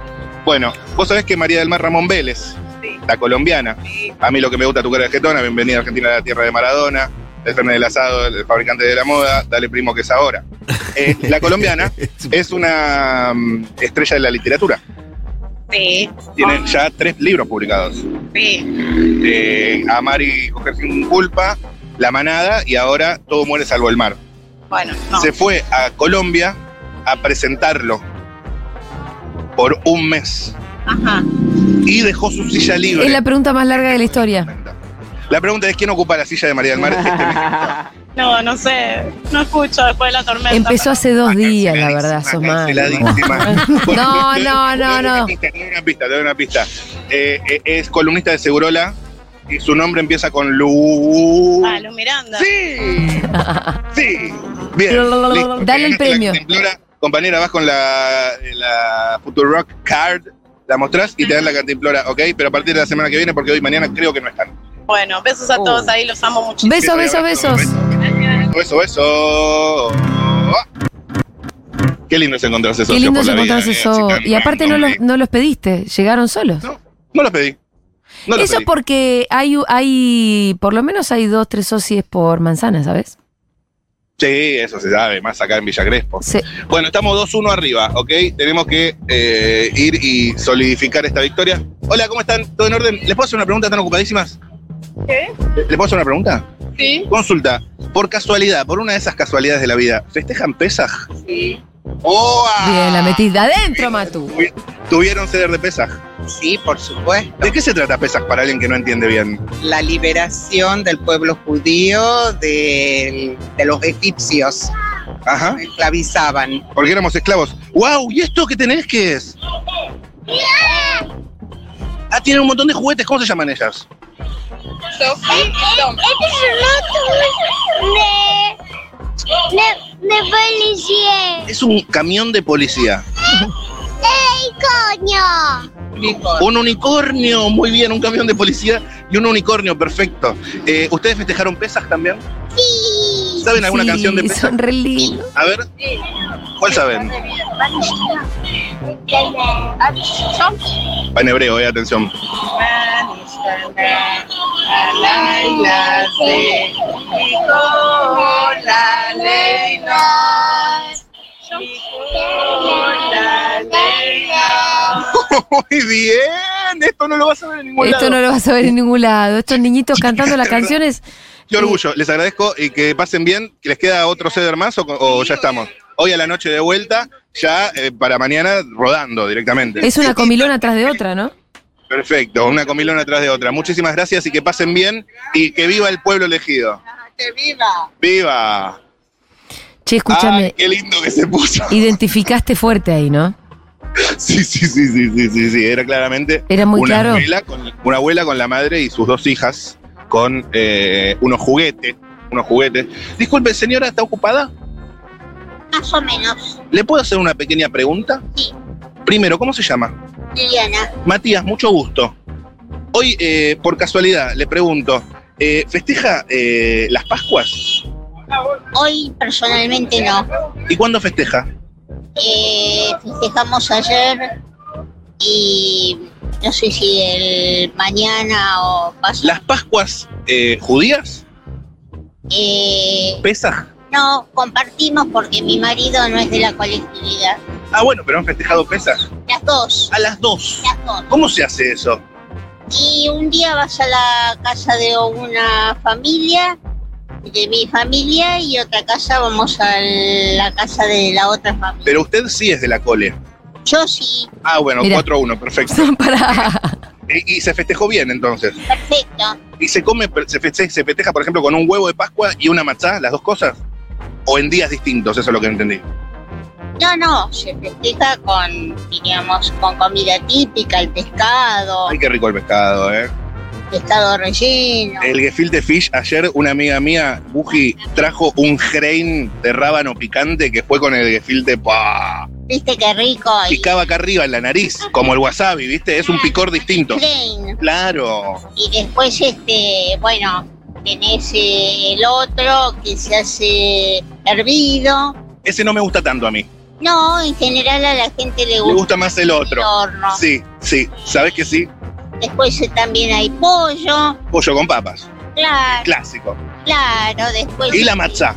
C: Bueno, vos sabés que María del Mar Ramón Vélez,
G: Sí.
C: la colombiana,
G: sí.
C: a mí lo que me gusta tu cara de jetona, bienvenida a Argentina a la tierra de Maradona, el Fernet del Asado, el fabricante de la moda, dale primo que es ahora. Eh, la colombiana es una mm, estrella de la literatura,
G: sí.
C: tiene
G: Ah.
C: ya tres libros publicados.
G: Sí.
C: Eh, Amar y coger sin culpa, La manada y ahora Todo muere salvo el mar.
G: Bueno, no.
C: Se fue a Colombia a presentarlo por un mes
G: Ajá.
C: y dejó su silla libre.
A: Es la pregunta más larga de la historia.
C: La pregunta es quién ocupa la silla de María del Mar. este mes?
G: No, no sé. No escucho después de la tormenta.
A: Empezó
G: pero-
A: hace dos días, la
C: Ah, Canceladísima,
A: verdad, sos mal.
C: canceladísima.
A: No, no,
C: Te
A: no,
C: doy
A: no.
C: una pista, te doy una pista, te doy una pista. Eh, eh, es columnista de Segurola y su nombre empieza con Lu.
G: Ah, Luz Miranda.
C: Sí. Sí. Bien. listo.
A: Dale el premio.
C: La cantimplora, compañera, vas con la, eh, la Futurock Card, la mostrás y te dan la cantimplora, ¿ok? Pero a partir de la semana que viene, porque hoy y mañana creo que no están.
G: Bueno, besos
A: Oh.
G: a todos ahí, los amo mucho.
A: Besos, besos, besos.
C: Beso, beso. Qué lindo es encontrarse
A: Qué
C: socio
A: lindo
C: por
A: es
C: la vida,
A: encontrarse
C: eh,
A: eso.
C: así tan
A: Y aparte no
C: random,
A: los,
C: eh.
A: no los pediste, llegaron solos.
C: No, no los pedí. No los
A: Eso
C: pedí.
A: porque hay, hay, por lo menos hay dos, tres socios por manzana, ¿sabes?
C: Sí, eso se sabe, más acá en Villa Crespo.
A: Sí.
C: Bueno, estamos 2-1 arriba, ¿ok? Tenemos que eh, ir y solidificar esta victoria. Hola, ¿cómo están? ¿Todo en orden? ¿Les puedo hacer una pregunta? ¿Están ocupadísimas?
J: ¿Qué?
C: ¿Les puedo hacer una pregunta?
J: Sí.
C: Consulta, por casualidad, por una de esas casualidades de la vida, ¿festejan Pesaj?
J: Sí.
C: ¡Oh!
A: Bien, la metiste adentro, Matu.
C: ¿Tuvieron ceder de Pesaj?
K: Sí, por supuesto.
C: ¿De qué se trata Pesaj para alguien que no entiende bien?
K: La liberación del pueblo judío del- de los egipcios.
C: Ajá.
K: Esclavizaban.
C: Porque éramos esclavos. ¡Wow! ¿Y esto qué tenés que es? Ah, tienen un montón de juguetes. ¿Cómo se llaman ellas?
J: Sofi, Tom.
L: Este
D: De policía.
C: Es un camión de policía.
D: Coño.
C: Un unicornio. Muy bien, un camión de policía y un unicornio. Perfecto. Eh, ¿Ustedes festejaron Pesaj también? Sí. ¿Saben alguna
A: Sí,
C: canción de Pesaj?
A: Son re lindos.
C: A ver, ¿cuál saben? Va en hebreo, eh, atención. Muy bien. Esto no lo vas a ver en ningún
A: Esto
C: lado.
A: no lo vas a ver en ningún lado. Estos niñitos cantando las canciones.
C: Qué orgullo, les agradezco y que pasen bien. ¿Les queda otro ceder más o, o ya estamos? Hoy a la noche de vuelta, ya eh, para mañana rodando directamente.
A: Es una comilona atrás de otra, ¿no?
C: Perfecto, una comilona atrás de otra. Muchísimas gracias y que pasen bien y que viva el pueblo elegido.
K: Ah, ¡Que viva!
C: ¡Viva!
A: Che, escúchame.
C: Ay, qué lindo que se puso.
A: Identificaste fuerte ahí, ¿no?
C: Sí, sí, sí, sí, sí, sí, sí, era claramente
A: Era muy
C: una,
A: claro.
C: abuela con, una abuela con la madre y sus dos hijas con eh, unos juguetes, unos juguetes. Disculpe, señora, ¿está ocupada?
L: Más o menos.
C: ¿Le puedo hacer una pequeña pregunta?
L: Sí.
C: Primero, ¿cómo se llama?
L: Liliana.
C: Matías, mucho gusto. Hoy, eh, por casualidad, le pregunto, eh, ¿festeja eh, las Pascuas?
L: Hoy personalmente no.
C: ¿Y cuándo festeja?
L: Eh, festejamos ayer y no sé si el mañana o pasado.
C: ¿Las Pascuas eh, judías?
L: Eh,
C: ¿Pesa?
L: no, compartimos porque mi marido no es de la colectividad.
C: Ah, bueno, pero han festejado pesas.
L: Las dos.
C: A las dos.
L: Las dos.
C: ¿Cómo se hace eso?
L: Y un día vas a la casa de una familia, de mi familia, y otra casa vamos a la casa de la otra familia.
C: Pero usted sí es de la cole.
L: Yo sí,
C: Ah, bueno,
L: Mira.
C: 4-1, perfecto. Y, y se festejó bien entonces.
L: perfecto.
C: ¿Y se come, se feste- se festeja, por ejemplo, con un huevo de Pascua y una matzá, las dos cosas? ¿O en días distintos? Eso es lo que entendí.
L: No, no, se festeja con, diríamos, con comida típica, el pescado,
C: Ay, qué rico el pescado, ¿eh?
L: pescado relleno.
C: El gefilte fish, ayer una amiga mía, Buji, trajo un grain de rábano picante que fue con el gefilte. ¡pah!
L: ¿Viste qué rico? Y
C: Picaba acá arriba en la nariz, como el wasabi, ¿viste? Es un picor distinto.
L: plain.
C: Claro.
L: Y después, este, bueno, tenés eh, el otro que se hace hervido.
C: Ese no me gusta tanto a mí.
L: No, en general a la gente le
C: Me
L: gusta.
C: gusta más el otro.
L: El horno.
C: Sí, sí. ¿Sabes que sí?
L: Después eh, también hay pollo,
C: Pollo con papas.
L: claro,
C: Clásico.
L: claro, después...
C: Y la matzá.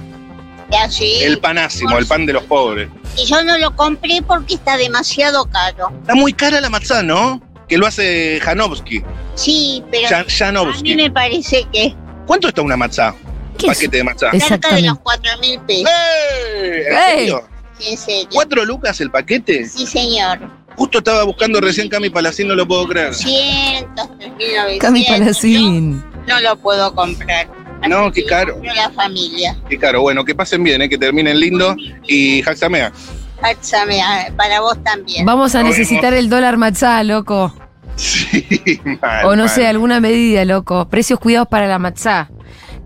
L: así.
C: El panásimo, el pan de los pobres.
L: Y yo no lo compré porque está demasiado caro.
C: Está muy cara la matzá, ¿no? Que lo hace Janowski.
L: Sí, pero
C: Jan-
L: a mí
C: Janowski.
L: me parece que
C: ¿Cuánto está una matzá?
A: ¿Qué
C: Un paquete de matzá.
L: cerca de los cuatro mil pesos.
C: ¡Eh! ¿En
L: ¡Ey!
C: serio?
L: Sí, en serio.
C: ¿Cuatro lucas el paquete?
L: Sí, señor.
C: Justo estaba buscando recién Cami Palacín, no lo puedo creer.
L: 300, 3.900.
A: Cami Palacín.
L: No lo puedo comprar.
C: No, qué caro.
L: No la familia.
C: Qué caro. Bueno, que pasen bien, ¿eh? que terminen lindo. Y Jaxamea.
L: Pásame, ah, Para vos también.
A: Vamos a
C: Nos
A: necesitar el dólar matzá, loco.
C: Mal,
A: O no
C: mal.
A: sé, alguna medida, loco. Precios cuidados para la matzá.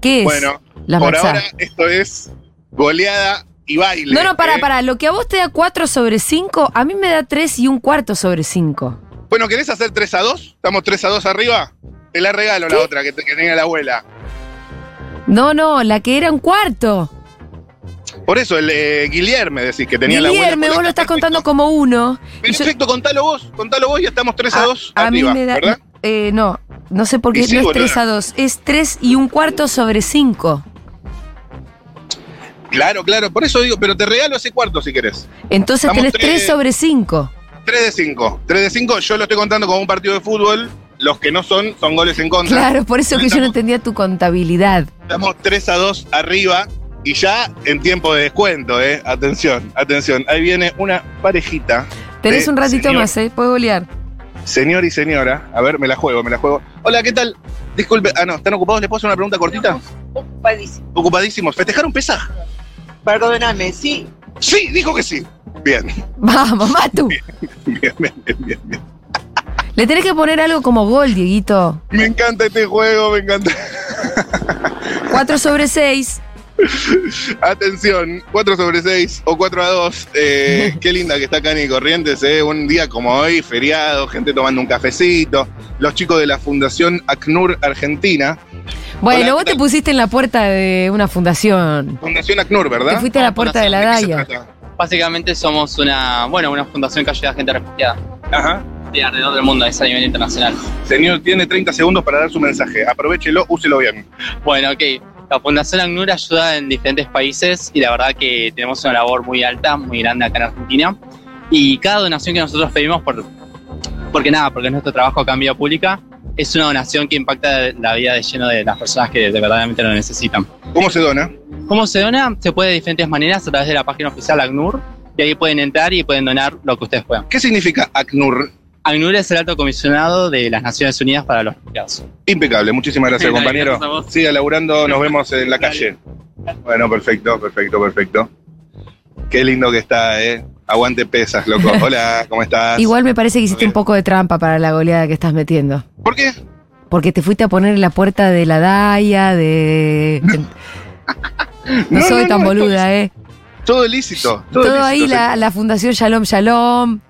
A: ¿Qué es?
C: Bueno,
A: la
C: por
A: matzá.
C: ahora esto es goleada y baile.
A: no, no, para,
C: ¿eh?
A: para. Lo que a vos te da 4 sobre 5, a mí me da 3 y un cuarto sobre 5.
C: Bueno, ¿querés hacer 3 a 2? ¿Estamos 3 a 2 arriba? Te la regalo la otra que, te- que tenía la abuela.
A: No, no, la que era un cuarto.
C: Por eso, el eh, Guillerme decís que tenía
A: Guillermo,
C: la
A: vos
C: abuela.
A: lo estás contando como uno. Y yo-
C: Perfecto, contalo vos, contalo vos y estamos 3 a 2
A: a mí
C: arriba,
A: me da.
C: ¿verdad?
A: eh, no, no sé por qué.
C: Y sí,
A: no es
C: boluda.
A: 3 a 2, es 3 y un cuarto sobre 5.
C: Claro, claro, por eso digo, pero te regalo ese cuarto si querés.
A: Entonces
C: Estamos
A: tenés
C: tres-
A: 3 sobre 5.
C: 3 de 5. 3 de 5, yo lo estoy contando como un partido de fútbol. Los que no son, son goles en contra.
A: Claro, por eso que yo no entendía tu contabilidad.
C: Estamos 3 a 2 arriba y ya en tiempo de descuento, ¿eh? Atención, atención. Ahí viene una parejita.
A: Tenés
C: de
A: un ratito
C: señor-
A: más, ¿eh? Puedes golear.
C: Señor y señora. A ver, me la juego, me la juego. Hola, ¿qué tal? Disculpe. Ah, no, ¿están ocupados? ¿Les puedo hacer una pregunta cortita?
M: Ocupadísimo.
C: Ocupadísimos. ¿Festejaron Pesaj?
M: Perdóname, sí.
C: Sí, dijo que sí. Bien,
A: Vamos, Matu.
C: bien, bien, bien, bien, bien.
A: Le tenés que poner algo como gol, Dieguito.
C: Me encanta este juego, me encanta.
A: 4 sobre 6.
C: Atención, 4 sobre 6 o 4 a 2. eh, qué linda que está Cani Corrientes, eh, un día como hoy, feriado, gente tomando un cafecito. Los chicos de la Fundación ACNUR Argentina.
A: Bueno,
C: Hola,
A: vos
C: ¿qué
A: te
C: tal?
A: pusiste en la puerta de una fundación.
C: Fundación ACNUR, ¿verdad? Ah,
A: Te fuiste a la puerta de la Daya.
N: Básicamente somos una, bueno, una fundación que ayuda a gente refugiada
C: Ajá.
N: de alrededor del mundo, es a nivel internacional.
C: Señor, tiene 30 segundos para dar su mensaje. Aprovechelo, úselo bien.
N: Bueno, ok. La Fundación ACNUR ayuda en diferentes países y la verdad que tenemos una labor muy alta, muy grande acá en Argentina. Y cada donación que nosotros pedimos, por, porque nada, porque es nuestro trabajo acá en Vía Pública, es una donación que impacta la vida de lleno de las personas que de verdaderamente lo necesitan.
C: ¿Cómo se dona?
N: ¿Cómo se dona? Se puede de diferentes maneras a través de la página oficial ACNUR y ahí pueden entrar y pueden donar lo que ustedes puedan.
C: ¿Qué significa ACNUR?
N: ACNUR es el alto comisionado de las Naciones Unidas para los Refugiados.
C: Impecable, muchísimas gracias,
N: Sí, dale,
C: compañero.
N: gracias a vos.
C: Siga laburando, nos vemos en la calle. Bueno, perfecto, perfecto, perfecto. Qué lindo que está, ¿eh? Aguante pesas, loco. Hola, ¿cómo estás?
A: Igual me parece que hiciste un poco de trampa para la goleada que estás metiendo.
C: ¿Por qué?
A: Porque te fuiste a poner en la puerta de la DAIA, de. No,
C: No,
A: soy
C: no,
A: tan
C: no,
A: boluda, ¿eh?
C: Todo ilícito. Todo,
A: Todo,
C: ilícito,
A: ahí, la, la Fundación Shalom Shalom.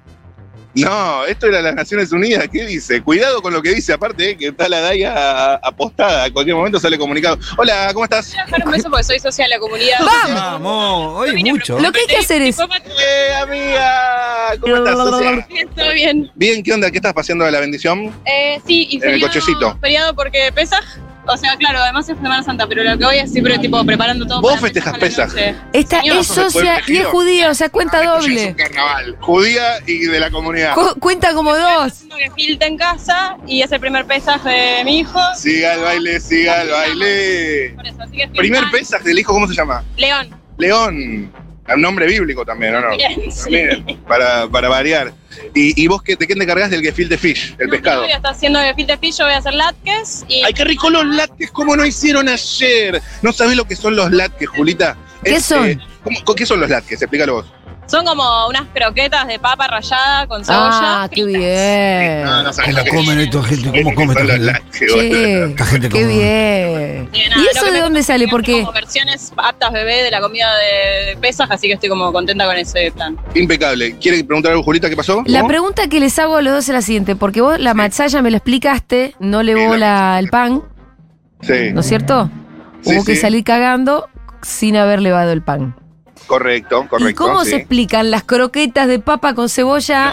C: No, esto era las Naciones Unidas, ¿qué dice? Cuidado con lo que dice, aparte, eh, que está la DAIA apostada, a cualquier momento sale comunicado. Hola, ¿cómo estás?
J: Dejar un beso porque soy social de la comunidad.
B: Vamos, hoy mucho.
A: Lo que hay que hacer es.
C: ¡Eh, amiga! ¿Cómo estás? socia?
J: Bien, todo bien.
C: Bien, ¿qué onda? ¿Qué estás paseando de la bendición?
J: Eh, sí, y
C: En el
J: feriado-
C: cochecito.
J: Feriado porque pesa. O sea, claro, además es Semana Santa, pero lo que hoy es siempre tipo preparando todo.
C: Vos
J: para
C: festejas
J: Pesaj a la
C: Pesaj.
J: noche.
A: Esta
J: Señor,
A: es socia y es judía, o sea, cuenta doble.
C: Carnaval, judía y de la comunidad.
A: Cu- cuenta como dos.
J: Tengo que filta en casa y es el primer pesaje de mi hijo.
C: Siga el baile, siga el baile.
J: Por eso, así que estoy
C: Primer
J: tan-
C: pesaj del hijo, ¿cómo se llama?
J: León.
C: León. Un nombre bíblico también, ¿o no?
J: Bien, sí.
C: También, para, para variar. ¿Y, y vos qué, de qué te encargás del gefilte fish, el pescado?
J: Voy a estar haciendo de filta yo voy a hacer latkes y.
C: ¡Ay, qué rico los lattes! ¿Cómo no hicieron ayer? ¿No sabés lo que son los lattes, Julita? Este,
J: ¿Qué son?
C: ¿cómo- co- ¿Qué son los lattes? Explícalo vos.
J: Son como unas croquetas de papa rallada con cebolla.
A: Ah, qué bien.
B: ¿Cómo comen estos gente?
C: Este,
B: ¿Cómo comen este? estos
A: Che,
B: gente? Esta gente
A: qué
B: como-
A: bien.
J: Eh, nada,
A: ¿Y
J: lo
A: eso
J: que
A: de
J: me-
A: dónde sale? Porque
J: Como versiones aptas bebé de la comida de pesas, así que estoy como contenta con ese plan.
C: Impecable. ¿Quiere preguntar algo, Julita, qué pasó?
A: la
C: ¿No?
A: pregunta que les hago a los dos es la siguiente, porque vos la matzaya me lo explicaste, no le bola el pan,
C: Sí,
A: ¿no es cierto?
C: Sí,
A: Hubo que
C: sí.
A: salir cagando sin haber levado el pan.
C: correcto,
A: ¿Y
C: correcto.
A: cómo
C: sí.
A: se explican las croquetas de papa con cebolla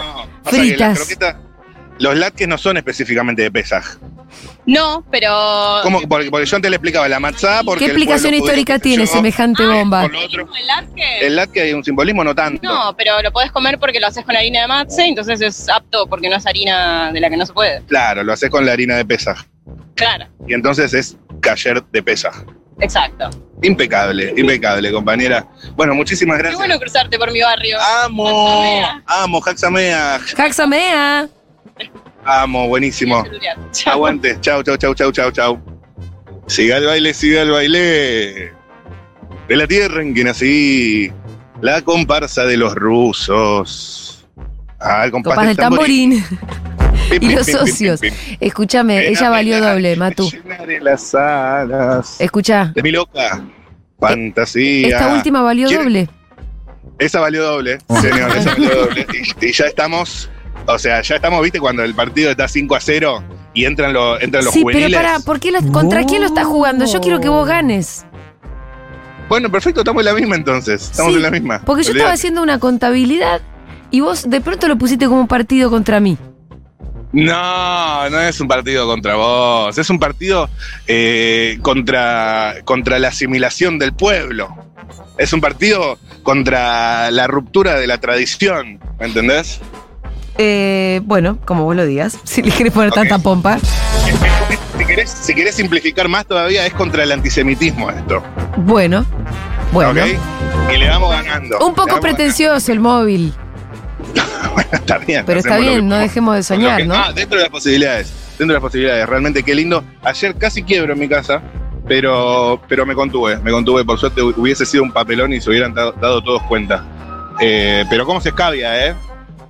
C: Pasa que las
A: Ah, fritas?
C: croquetas- Los latkes no son específicamente de pesaj.
J: No, pero.
C: ¿Cómo? Porque, porque yo antes le explicaba la matzá. Porque
A: ¿Qué
C: el
A: explicación
C: pueblo judío,
A: histórica
C: qué sé
A: tiene
C: yo.
A: semejante bomba?
J: ¿El latke?
C: El latke hay un simbolismo, no tanto.
J: No, pero lo podés comer porque lo haces con harina de matze, entonces es apto porque no es harina de la que no se puede.
C: Claro, lo haces con la harina de pesaj.
J: Claro,
C: Y entonces es cayer de pesaj.
J: exacto.
C: Impecable, impecable, compañera. Bueno, muchísimas
J: Qué
C: gracias.
J: bueno cruzarte por mi barrio.
C: Ah, Amo, amo, Jaxamea.
A: Jaxamea.
C: Amo, buenísimo. Aguante. Chau, chau, chau, chau, chau, chau. Siga el baile, siga el baile. De la tierra en que nací. La comparsa de los rusos. Ah, el compás,
A: Copas del tamborín.
C: Pim,
A: Y
C: pim,
A: los
C: pim, pim,
A: socios.
C: pim,
A: Escúchame, ella valió doble, Matu.
C: pim. Las alas
A: Escucha,
C: de mi loca fantasía.
A: esta última valió doble.
C: Esa valió doble, señor, esa valió doble. Y, y ya estamos, o sea, ya estamos, viste, cuando el partido está 5 a 0 y entran, los entran los
A: Sí, pero
C: juveniles.
A: para, ¿por qué lo- ¿contra quién lo estás jugando? Yo quiero que vos ganes.
C: Bueno, perfecto, estamos en la misma entonces. Estamos
A: Sí,
C: en la misma.
A: Porque yo estaba
C: Olvidate.
A: haciendo una contabilidad y vos de pronto lo pusiste como un partido contra mí.
C: No, no es un partido contra vos. Es un partido eh, contra, contra la asimilación del pueblo. Es un partido contra la ruptura de la tradición. ¿Me entendés?
A: Eh, bueno, como vos lo digas, si le querés poner tanta pompa.
C: Si querés, si querés simplificar más todavía, es contra el antisemitismo esto.
A: Bueno, bueno.
C: ¿ok? Y le vamos ganando.
A: Un
C: Le
A: poco
C: vamos
A: pretencioso el móvil,
C: ganando. está bien.
A: pero está
C: hacemos lo que
A: bien, no dejemos de
C: Lo que-
A: soñar, ¿no?
C: Ah, dentro de las posibilidades. Dentro de las posibilidades. Realmente qué lindo. Ayer casi quiebro en mi casa, pero, pero me contuve. Me contuve. Por suerte hu- hubiese sido un papelón y se hubieran dado, dado todos cuenta. Eh, pero cómo se escabia, ¿eh?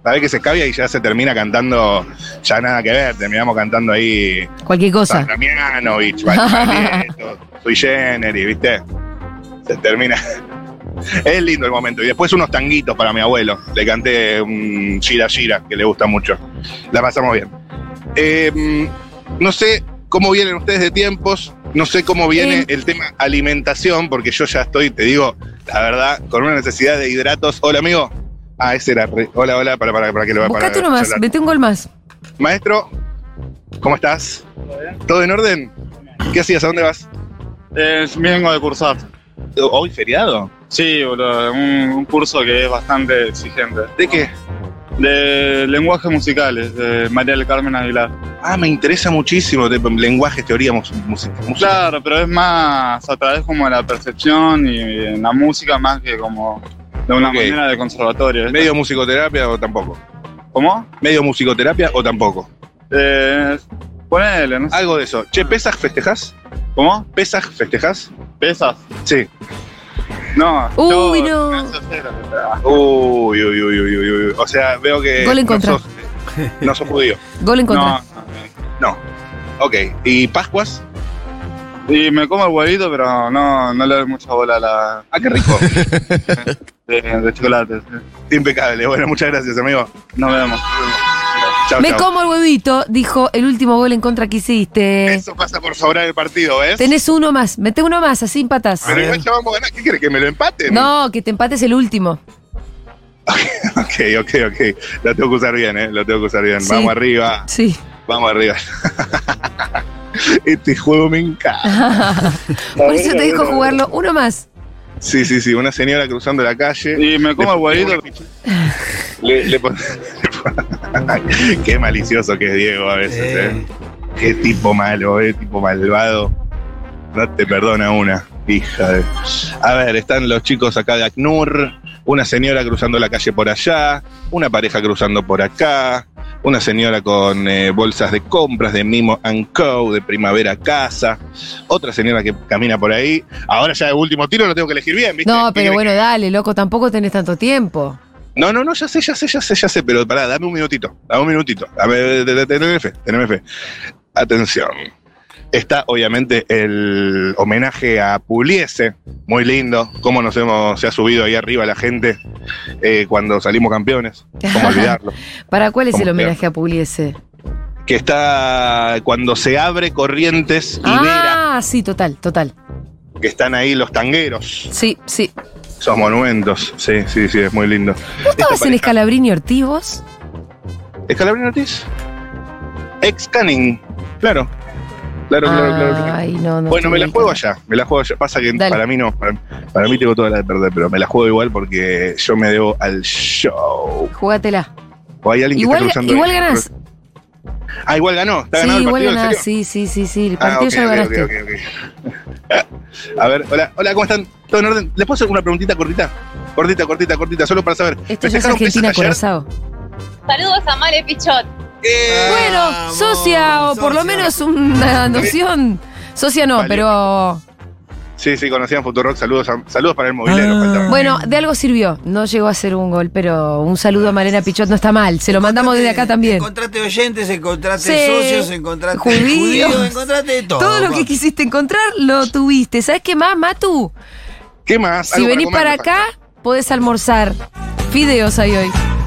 C: Sabés que se escabia y ya se termina cantando, ya nada que ver, terminamos cantando ahí
A: Cualquier cosa.
C: Ramianovich, Balcanieto, Sui Generis, ¿viste? Se termina. Es lindo el momento. Y después unos tanguitos para mi abuelo. Le canté un Gira Gira, que le gusta mucho. La pasamos bien. Eh, mm, no sé cómo vienen ustedes de tiempos. No sé cómo viene
A: Eh.
C: el tema alimentación, porque yo ya estoy, te digo, la verdad, con una necesidad de hidratos. Hola, amigo. Ah, ese era. re- Hola, hola, para, para, para que lo para-
A: Buscate uno más,
C: para-
A: vete un gol más.
C: Maestro, ¿cómo estás? ¿Todo en orden? ¿Qué hacías? ¿A dónde vas?
O: vengo de cursar.
C: ¿Hoy feriado?
O: Sí, boludo, un, un curso que es bastante exigente.
C: ¿De qué?
O: De lenguajes musicales, de María del Carmen Aguilar.
C: Ah, me interesa muchísimo de lenguaje, teoría, mus- música. música.
O: Claro, pero es más a través como de la percepción y en la música más que como de una
C: Ok.
O: manera de conservatorio. ¿viste?
C: ¿Medio musicoterapia o tampoco?
O: ¿Cómo?
C: ¿Medio musicoterapia o tampoco?
O: Eh, ponele, no sé.
C: Algo de eso. Che, ¿pesas festejás?
O: Ah. ¿Cómo?
C: ¿Pesas festejás?
O: ¿Pesas?
C: Sí.
O: No.
A: Uy,
O: yo-
A: no.
O: Ah.
C: Uy, uy, uy, uy, uy, uy. O sea, veo que.
A: Gol en
C: no
A: contra.
C: sos- No sos judío.
A: Gol en contra.
C: No. Ok. ¿Y Pascuas?
O: Y me como el huevito, pero no, no le doy mucha bola a la.
C: Ah, qué rico.
O: de, de chocolate. sí.
C: Impecable. Bueno, muchas gracias, amigo.
O: Nos vemos.
C: Chao,
A: Me como el huevito, dijo el último gol en contra que hiciste.
C: Eso pasa por sobrar el partido, ¿ves?
A: Tenés uno más, mete uno más, así empatas.
C: Pero igual ya vamos a ganar. ¿Qué quieres? ¿Que me lo empaten?
A: No, que te empates el último.
C: Ok, ok, ok. Lo tengo que usar bien, ¿eh? Lo tengo que usar bien.
A: Sí.
C: Vamos arriba.
A: Sí.
C: Vamos arriba. este juego me encanta.
A: Por eso te dijo jugarlo uno más.
C: Sí, sí, sí. Una señora cruzando la calle.
O: Y me como el huevito.
C: Le, le pon- Ay, Qué malicioso que es Diego a veces, ¿eh? Qué tipo malo, ¿eh? Tipo malvado. No te perdona una, hija de... A ver, están los chicos acá de ACNUR, una señora cruzando la calle por allá, una pareja cruzando por acá, una señora con eh, bolsas de compras de Mimo and Co, de Primavera Casa, otra señora que camina por ahí. Ahora ya de último tiro lo tengo que elegir bien, ¿viste?
A: No,
C: ¿Qué
A: pero
C: querés
A: bueno, dale, loco, tampoco tenés tanto tiempo.
C: no, no, no, ya sé, ya sé, ya sé, ya sé, pero pará, dame un minutito, dame un minutito. A ver, te- te- teneme fe, teneme fe. Atención. Está obviamente el homenaje a Puliese, muy lindo, cómo nos hemos, se ha subido ahí arriba la gente eh, cuando salimos campeones, cómo olvidarlo.
A: ¿Para cuál es
C: Como
A: el homenaje a Pugliese?
C: Que está cuando se abre Corrientes y Vera,
A: Ah, sí, total, total.
C: que están ahí los tangueros,
A: Sí, sí.
C: esos monumentos, sí, sí, sí, es muy lindo.
A: ¿Vos estabas en
C: Este pareja-
A: Escalabrini Ortiz vos?
C: Escalabrini Ortiz. Ex Canning. Claro. Claro, claro, claro. claro.
A: Ay, Ah, no, no.
C: bueno, me la
A: estoy
C: juego allá. Me la juego allá. Pasa que
A: Dale.
C: para mí no. Para, para mí tengo toda la de perder, pero me la juego igual porque yo me debo al show.
A: Jugátela.
C: O hay alguien que
A: Igual,
C: está cruzando.
A: igual
C: ahí.
A: ganás.
C: Ah, igual ganó. Está
A: Sí,
C: ganado el
A: igual
C: partido. ¿en
A: ganás.
C: serio?
A: Sí, sí, sí, sí. El
C: Ah,
A: partido
C: ok,
A: ya lo
C: ok,
A: ganaste.
C: ok, ok. A ver, hola, hola, ¿cómo están? ¿Todo en orden? ¿Les puedo hacer una preguntita cortita? Cortita, cortita, cortita, solo para saber.
A: Esto Este ya es
C: ¿Festejaron pesas
A: Argentina
C: ayer?
A: Corazao.
G: Saludos a Male Pichot.
A: Bueno, socia, o por lo menos una noción. Socia no,
C: Vale.
A: pero.
C: Sí, sí, conocían Futurock. Saludos, a- saludos para el movilero. faltaba.
A: Ah. Bueno, de algo sirvió. No llegó a ser un gol, pero un saludo a Malena Pichot no está mal. Se lo mandamos desde acá también.
B: Encontrate oyentes, encontrate
A: Sí.
B: socios, encontrate
A: Judíos.
B: judíos, encontrate de todo.
A: Todo lo que
B: papá.
A: quisiste encontrar lo tuviste. ¿Sabes qué más, Matu?
C: ¿Qué más?
A: Si
C: Algo
A: venís para
C: comer, me falta.
A: acá, podés almorzar. Fideos hay hoy.